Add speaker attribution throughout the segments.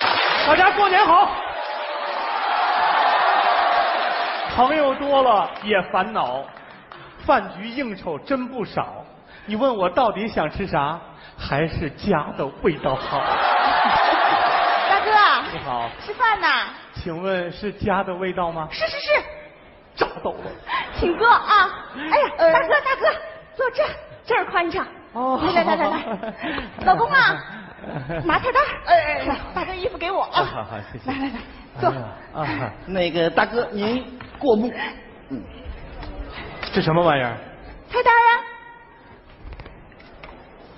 Speaker 1: 大家过年好。朋友多了也烦恼，饭局应酬真不少。你问我到底想吃啥，还是家的味道 好。
Speaker 2: 大哥，
Speaker 1: 你好，
Speaker 2: 吃饭呢？
Speaker 1: 请问是家的味道吗？
Speaker 2: 是是是，
Speaker 1: 炸豆了。
Speaker 2: 请坐啊！哎呀，大哥大哥，坐这儿这儿宽敞。
Speaker 1: 呃哦
Speaker 2: 来来来 来来，老公啊，拿菜单儿。哎哎哎，把这衣服给我啊！
Speaker 1: 好好谢谢
Speaker 2: 来来来，坐。
Speaker 1: 啊，
Speaker 3: 那个大哥，您过目。
Speaker 1: 这什么玩意儿？
Speaker 2: 菜单儿啊，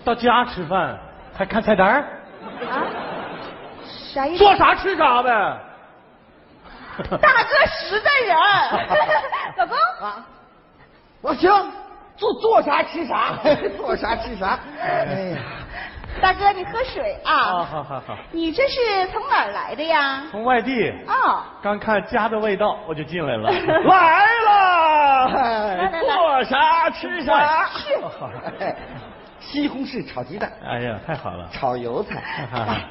Speaker 1: 到家吃饭还看菜单儿？
Speaker 2: 啥意思？
Speaker 1: 做啥吃啥呗。
Speaker 2: 大哥实在人， 老公，
Speaker 3: 啊，我行，做做啥吃啥， 做啥吃啥。哎呀，
Speaker 2: 大哥你喝水
Speaker 1: 啊，
Speaker 2: 啊。
Speaker 1: 好好好，
Speaker 2: 你这是从哪儿来的呀？
Speaker 1: 从外地
Speaker 2: 哦，
Speaker 1: 刚看家的味道，我就进来了。来了，做啥吃啥。
Speaker 3: 哎西红柿炒鸡蛋，
Speaker 1: 哎呀，太好了。
Speaker 3: 炒油 菜，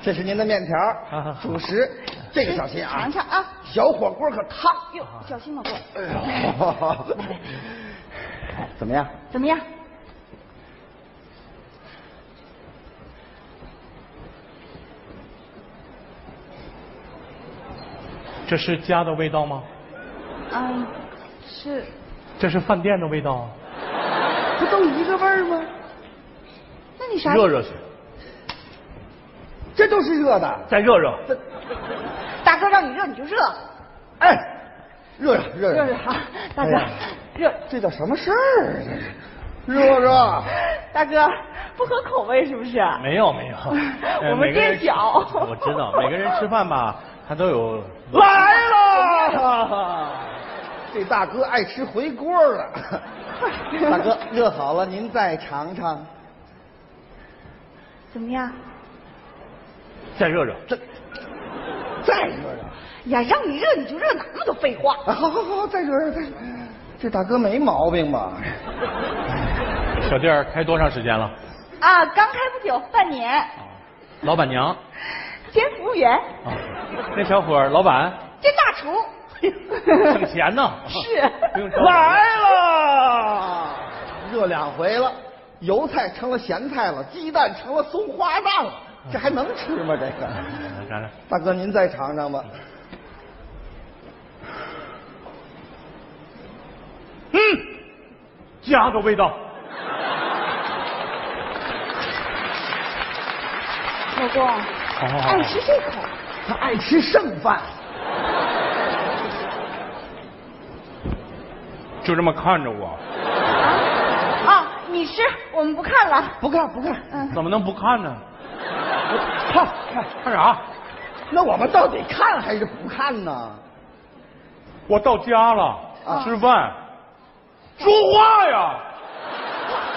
Speaker 3: 这是您的面条，主食，这个小心啊，
Speaker 2: 尝尝啊！
Speaker 3: 小火锅可烫。
Speaker 2: 哟，小心老公，
Speaker 3: 哎呦， 怎么样？
Speaker 2: 怎么样？
Speaker 1: 这是家的味道吗？
Speaker 2: 嗯，是
Speaker 1: 这是饭店的味道吗？
Speaker 2: 不都一个味儿吗？那你啥？
Speaker 1: 热热去，
Speaker 3: 这都是热的。
Speaker 1: 再热热。
Speaker 2: 大哥让你热你就热，
Speaker 3: 哎，热热热
Speaker 2: 热热哈，大哥
Speaker 3: 哎呀
Speaker 2: 热。
Speaker 3: 这叫什么事儿？啊这是热热。
Speaker 2: 大哥不合口味是不是？
Speaker 1: 没有没有，呃
Speaker 2: 我们
Speaker 1: 每个人
Speaker 2: 店小
Speaker 1: 我知道，每个人吃饭吧，他都有。
Speaker 3: 来了， 这大哥爱吃回锅 了。大哥，热好了，您再尝尝。
Speaker 2: 怎么样？
Speaker 1: 再热热，
Speaker 3: 这再啊热热，
Speaker 2: 呀，让你热你就热，哪那么多废话？
Speaker 3: 啊，好好好，再热热，再热这大哥没毛病吧？
Speaker 1: 小店儿开多长时间了？
Speaker 2: 啊，刚开不久，半年，
Speaker 1: 哦老板娘，
Speaker 2: 兼服务员，
Speaker 1: 啊、那小伙儿老板
Speaker 2: 兼大 厨。
Speaker 1: 省钱呢，啊
Speaker 2: 是
Speaker 1: 不用着急
Speaker 3: 来了，热两回了，油菜成了咸菜了，鸡蛋成了松花蛋了，这还能吃吗？这个，
Speaker 1: 来来来
Speaker 3: 大哥您再尝尝吧。
Speaker 1: 嗯，家的味道。
Speaker 2: 老公，哎
Speaker 1: 好好好
Speaker 2: 爱吃这口。
Speaker 3: 他爱吃剩饭。
Speaker 1: 就这么看着我，
Speaker 2: 啊，你吃，我们不看了。
Speaker 3: 不看不看，
Speaker 2: 嗯
Speaker 1: 怎么能不看呢？
Speaker 3: 看看，
Speaker 1: 看啥？
Speaker 3: 那我们到底看还是不看呢？
Speaker 1: 我到家了，
Speaker 2: 嗯
Speaker 3: 啊
Speaker 1: 吃饭，说话呀，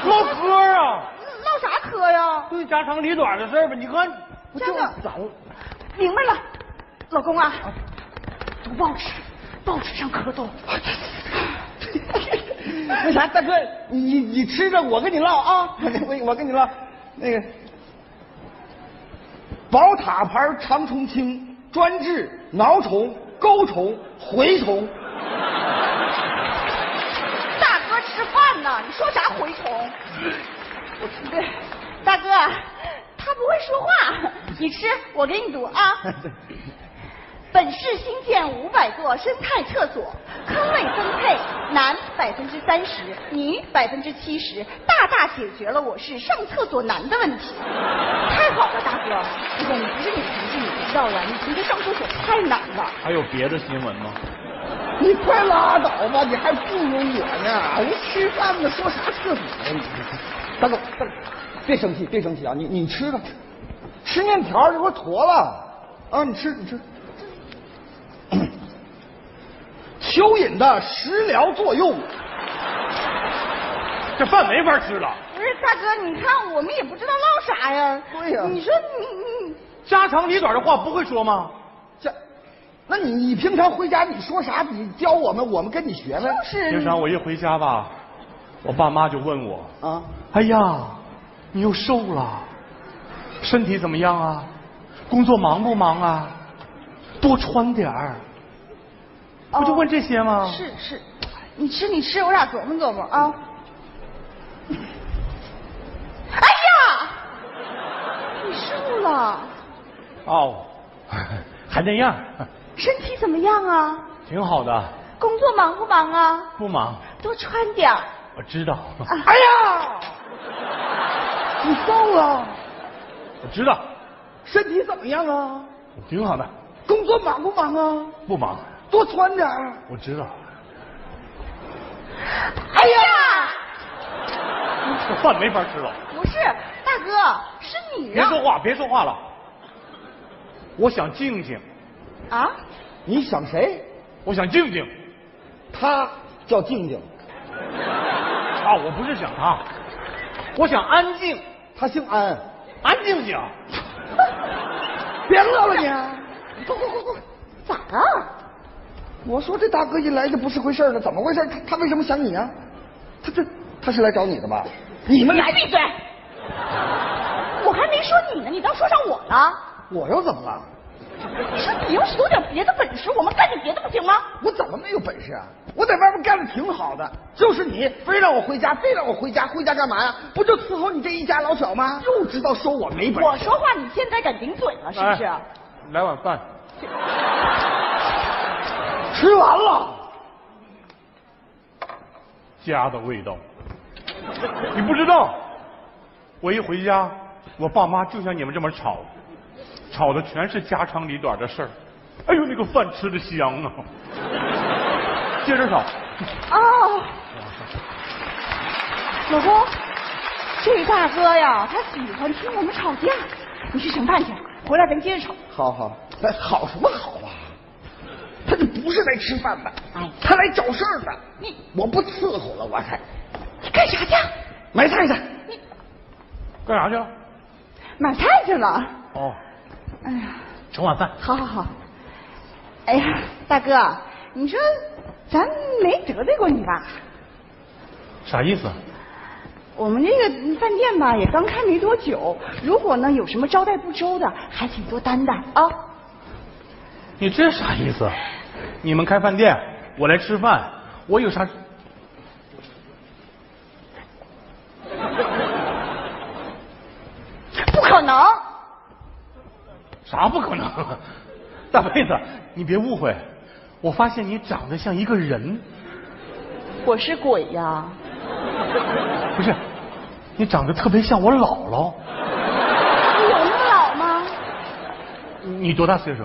Speaker 1: 唠嗑啊，
Speaker 2: 唠嗯啥嗑呀？
Speaker 1: 就是家长里短的事儿吧。你看，
Speaker 2: 真的，明白了，老公啊，读报纸，报纸上可多。
Speaker 3: 那啥，大哥，你你吃着，我跟你唠啊， 我我跟你唠，那个宝塔牌长虫清，专治挠虫、钩虫、蛔虫。
Speaker 2: 大哥吃饭呢，你说啥蛔虫？我听对，大哥，他不会说话，你吃，我给你读啊。本市新建五百座生态厕所，坑位分配男百分之三十，女百分之七十，大大解决了我市上厕所难的问题。太好了，大哥！哎呀，你不是你同志，你不知道啊，你觉得上厕所太难了。
Speaker 1: 还有别的新闻吗？
Speaker 3: 你快拉倒吧，你还不如我呢！我吃饭呢，说啥厕所呀？你大哥，大哥，别生气，别生气啊！你你吃吧，吃面条这不是坨了啊！你吃，你 吃。蚯蚓的食疗作用，
Speaker 1: 这饭没法吃了，
Speaker 2: 不是大哥，你看我们也不知道唠啥呀。
Speaker 3: 对呀
Speaker 2: 你说你你
Speaker 1: 家长里短的话不会说吗？
Speaker 3: 这，那你你平常回家你说啥？你教我们，我们跟你学呗。
Speaker 2: 是
Speaker 1: 平常我一回家吧，我爸妈就问我，
Speaker 3: 啊，
Speaker 1: 哎呀，你又瘦了，身体怎么样啊？工作忙不忙啊？多穿点儿。不就问这些吗？
Speaker 2: 哦是是，你吃你吃，我俩琢磨琢磨啊。哎呀，你瘦了，
Speaker 1: 哦， 还那样，
Speaker 2: 身体怎么样啊？
Speaker 1: 挺好的，
Speaker 2: 工作忙不忙啊？
Speaker 1: 不忙。
Speaker 2: 多穿点儿。
Speaker 1: 我知道，
Speaker 2: 啊
Speaker 3: 哎呀，你瘦了，
Speaker 1: 我知道，
Speaker 3: 身体怎么样啊？
Speaker 1: 挺好的，
Speaker 3: 工作忙不忙啊？
Speaker 1: 不忙。
Speaker 3: 多穿点儿。
Speaker 1: 我知道，
Speaker 2: 哎呀，
Speaker 1: 这饭没法吃了。
Speaker 2: 不是，大哥，是你
Speaker 1: 别
Speaker 2: 让
Speaker 1: 说话，别说话了。我想静静，
Speaker 2: 啊？
Speaker 3: 你想谁？
Speaker 1: 我想静静。
Speaker 3: 他叫静静，
Speaker 1: 啊，我不是想她，我想安静，
Speaker 3: 他姓安。
Speaker 1: 安静静。
Speaker 3: 别乐了你！
Speaker 2: 不不不不，咋了？
Speaker 3: 我说这大哥一来就不是回事儿了，怎么回事？他他为什么想你啊？他这他是来找你的吧？你们来，
Speaker 2: 闭嘴！我还没说你呢，你倒说上我了。
Speaker 3: 我又怎么了？
Speaker 2: 你说你要是有点别的本事，我们干点别的不行吗？
Speaker 3: 我怎么没有本事啊？我在外面干的挺好的，就是你非让我回家，非让我回家，回家干嘛呀？不就伺候你这一家老小吗？又知道说我没本
Speaker 2: 我
Speaker 3: 事。
Speaker 2: 说话你现在敢顶嘴了是不啊是？
Speaker 1: 哎来碗饭。
Speaker 3: 吃完了，
Speaker 1: 家的味 道。你不知道，我一回家，我爸妈就像你们这么吵，吵的全是家长里短的事儿。哎呦，那个饭吃的香 啊！接着吵，
Speaker 2: 哦，老公，这大哥呀，他喜欢听我们吵架。你去盛饭去，回来咱接着吵。
Speaker 3: 好好，哎，好什么好啊？他这不是来吃饭的，他来找事儿的。
Speaker 2: 哎你
Speaker 3: 我不伺候了，我还
Speaker 2: 你干啥去？啊
Speaker 3: 买菜去。
Speaker 1: 干
Speaker 2: 哎
Speaker 1: 啥去了？
Speaker 2: 买菜去了。
Speaker 1: 哦，
Speaker 2: 哎呀，
Speaker 1: 盛碗饭。
Speaker 2: 好好好。哎呀，大哥，你说咱没得罪过你吧？
Speaker 1: 啥意思？
Speaker 2: 我们这个饭店吧也刚开没多久，如果呢有什么招待不周的，还请多担待啊。
Speaker 1: 你这啥意思？你们开饭店，我来吃饭，我有啥？
Speaker 2: 不可能，
Speaker 1: 啥不可能？ 大妹子，你别误会，我发现你长得像一个人，
Speaker 2: 我是鬼呀。
Speaker 1: 不是，你长得特别像我姥姥。
Speaker 2: 你有那么老吗？
Speaker 1: 你多大岁数？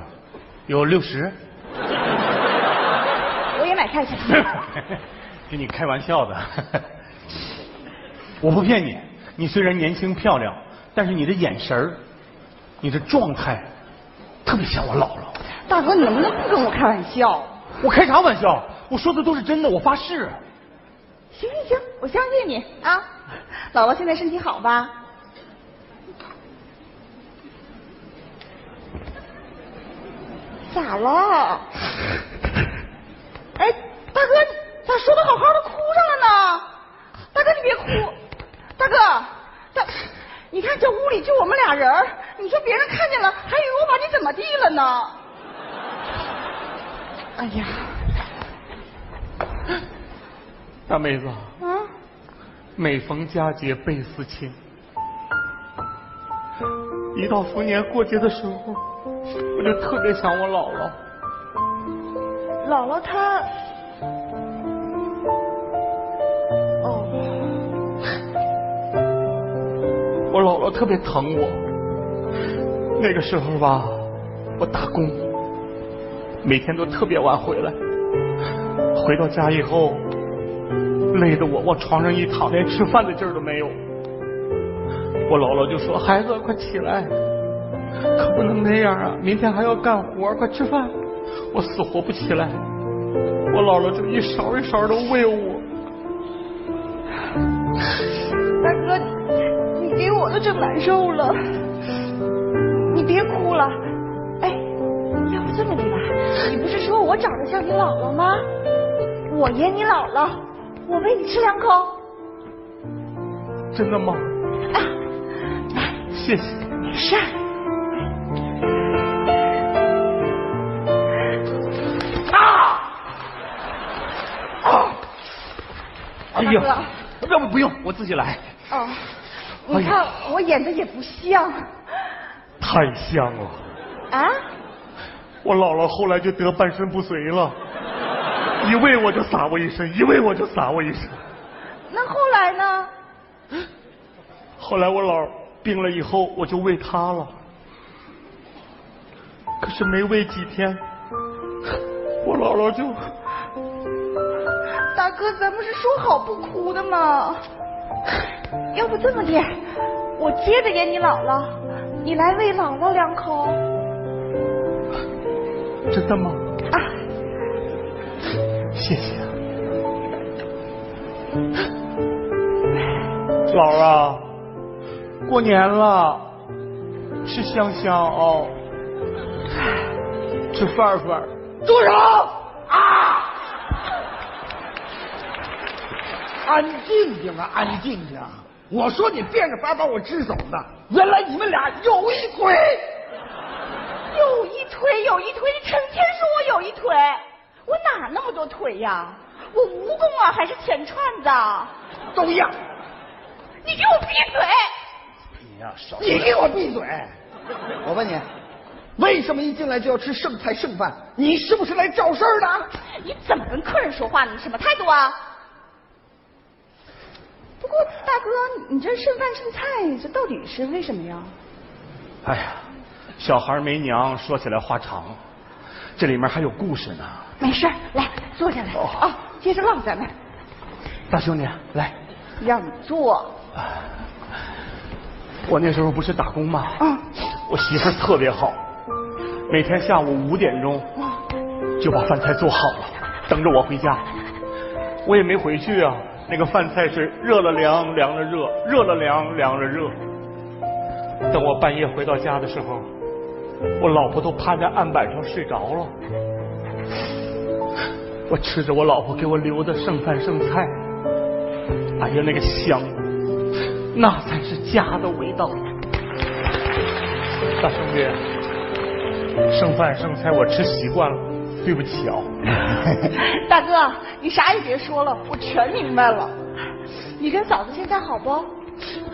Speaker 1: 有六十？
Speaker 2: 我也买菜去。
Speaker 1: 跟你开玩笑的， 我不骗你。你虽然年轻漂亮，但是你的眼神儿，你的状态，特别像我姥姥。
Speaker 2: 大哥，你能不能不跟我开玩笑？
Speaker 1: 我开啥玩笑？我说的都是真的，我发誓。
Speaker 2: 行行行，我相信你啊。姥姥现在身体好吧？咋了？哎，大哥，你咋说的好好的哭上了呢？大哥，你别哭，大哥，大，你看这屋里就我们俩人儿你说别人看见了，还以为我把你怎么地了呢？哎呀，
Speaker 1: 大妹子，
Speaker 2: 啊！
Speaker 1: 每逢佳节倍思亲。一到逢年过节的时候，我就特别想我姥姥。
Speaker 2: 姥姥她，哦，
Speaker 1: 我姥姥特别疼我。那个时候吧，我打工，每天都特别晚回来。回到家以后，累得我往床上一躺，连吃饭的劲儿都没有。我姥姥就说：“孩子，快起来，可不能那样啊！明天还要干活，快吃饭。”我死活不起来，我姥姥就一勺一勺的喂我。
Speaker 2: 大哥，你给我都整难受了，你别哭了，哎，要不这么的吧，你不是说我长得像你姥姥吗？我演你姥姥，我喂你吃两口
Speaker 1: 真的吗？
Speaker 2: 啊，
Speaker 1: 谢谢。
Speaker 2: 没事儿。
Speaker 1: 用
Speaker 2: 哥。，
Speaker 1: 哎要不不用，我自己来。
Speaker 2: 哦，
Speaker 1: 哎
Speaker 2: 你
Speaker 1: 呀
Speaker 2: 看我演的也不像
Speaker 1: 太香了，
Speaker 2: 啊，
Speaker 1: 我姥姥后来就得半身不遂了，一喂我就撒我一身，一喂我就撒我一身。
Speaker 2: 那后来呢？
Speaker 1: 后来我姥儿病了以后，我就喂她了。可是没喂几天，我姥姥就
Speaker 2: 大哥，咱们是说好不哭的吗？要不这么的，我接着演你姥姥，你来喂姥姥两口
Speaker 1: 真的吗？
Speaker 2: 啊。
Speaker 1: 谢谢。啊
Speaker 3: 哎
Speaker 1: 姥儿啊，过年了，吃香香哦，
Speaker 3: 哎
Speaker 1: 吃饭饭。
Speaker 3: 住手！啊！安静静啊，安静静啊！我说你变着法把我支走呢，原来你们俩有一腿。
Speaker 2: 有一腿有一腿，你成天说我有一腿，我哪那么多腿呀？我蜈蚣啊，还是钱串子？啊？
Speaker 3: 都一样。
Speaker 2: 你给我闭嘴！
Speaker 1: 你哎呀、少
Speaker 3: 你给我闭嘴！我问你，为什么一进来就要吃剩菜剩饭？你是不是来找事儿的？
Speaker 2: 你怎么跟客人说话？你什么态度啊？不过大哥，你你这剩饭剩菜，这到底是为什么呀？
Speaker 1: 哎呀，小孩没娘，说起来话长，这里面还有故事呢。
Speaker 2: 没事儿，来坐下来
Speaker 1: 哦
Speaker 2: 啊，接着唠咱们。
Speaker 1: 大兄弟，来，
Speaker 2: 让你坐，
Speaker 1: 我那时候不是打工吗？
Speaker 2: 嗯，
Speaker 1: 我媳妇儿特别好，每天下午五点钟就把饭菜做好了，等着我回家。我也没回去啊，那个饭菜是热了凉，凉了热，热了凉，凉了热。等我半夜回到家的时候，我老婆都趴在案板上睡着了。我吃着我老婆给我留的剩饭剩菜，哎呀，那个香，那才是家的味道。大兄弟，剩饭剩菜我吃习惯了，对不起啊、
Speaker 2: 大哥，你啥也别说了，我全明白了。你跟嫂子现在好不？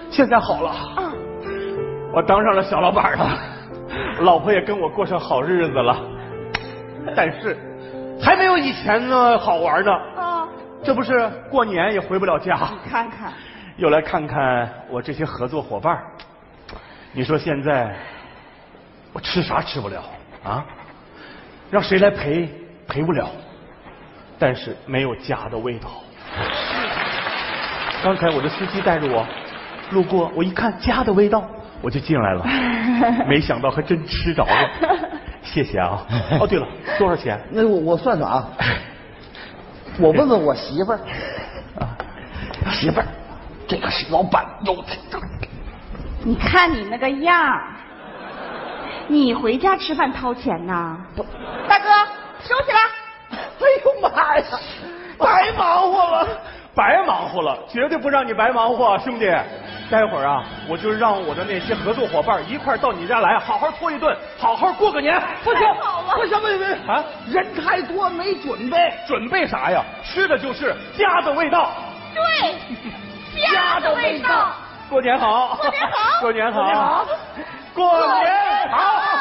Speaker 1: 现在好了，
Speaker 2: 啊，
Speaker 1: 我当上了小老板了，老婆也跟我过上好日子了，但是还没有以前呢好玩呢。
Speaker 2: 啊，
Speaker 1: 这不是过年也回不了家，
Speaker 2: 你看看，
Speaker 1: 又来看看我这些合作伙伴儿。你说现在我吃啥吃不了啊？让谁来陪陪不了，但是没有家的味道。刚才我的司机带着我路过，我一看家的味道，我就进来了，没想到还真吃着了。谢谢啊！哦，对了，多少钱？
Speaker 3: 那我我算算 啊，我问问我媳妇儿， 媳妇儿，这个是老板有的。
Speaker 2: 你看你那个样儿，你回家吃饭掏钱呐？
Speaker 3: 不
Speaker 2: 大哥，收起来。
Speaker 3: 哎呦妈呀，白忙活了。
Speaker 1: 白忙活了，绝对不让你白忙活，啊兄弟。待会儿啊，我就让我的那些合作伙伴一块儿到你家来，好好搓一顿，好好过个年。
Speaker 3: 不行
Speaker 2: 太好了，
Speaker 3: 不行，不行，不行
Speaker 1: 啊
Speaker 3: 人太多没准备。
Speaker 1: 准备啥呀？吃的就是家的味道。
Speaker 2: 对，
Speaker 3: 家
Speaker 2: 家
Speaker 3: 的
Speaker 2: 的
Speaker 3: 味
Speaker 2: 味
Speaker 3: 道
Speaker 2: 道。
Speaker 1: 过年好，
Speaker 2: 过年好
Speaker 1: 过年好，
Speaker 2: 过年好
Speaker 1: 过年好。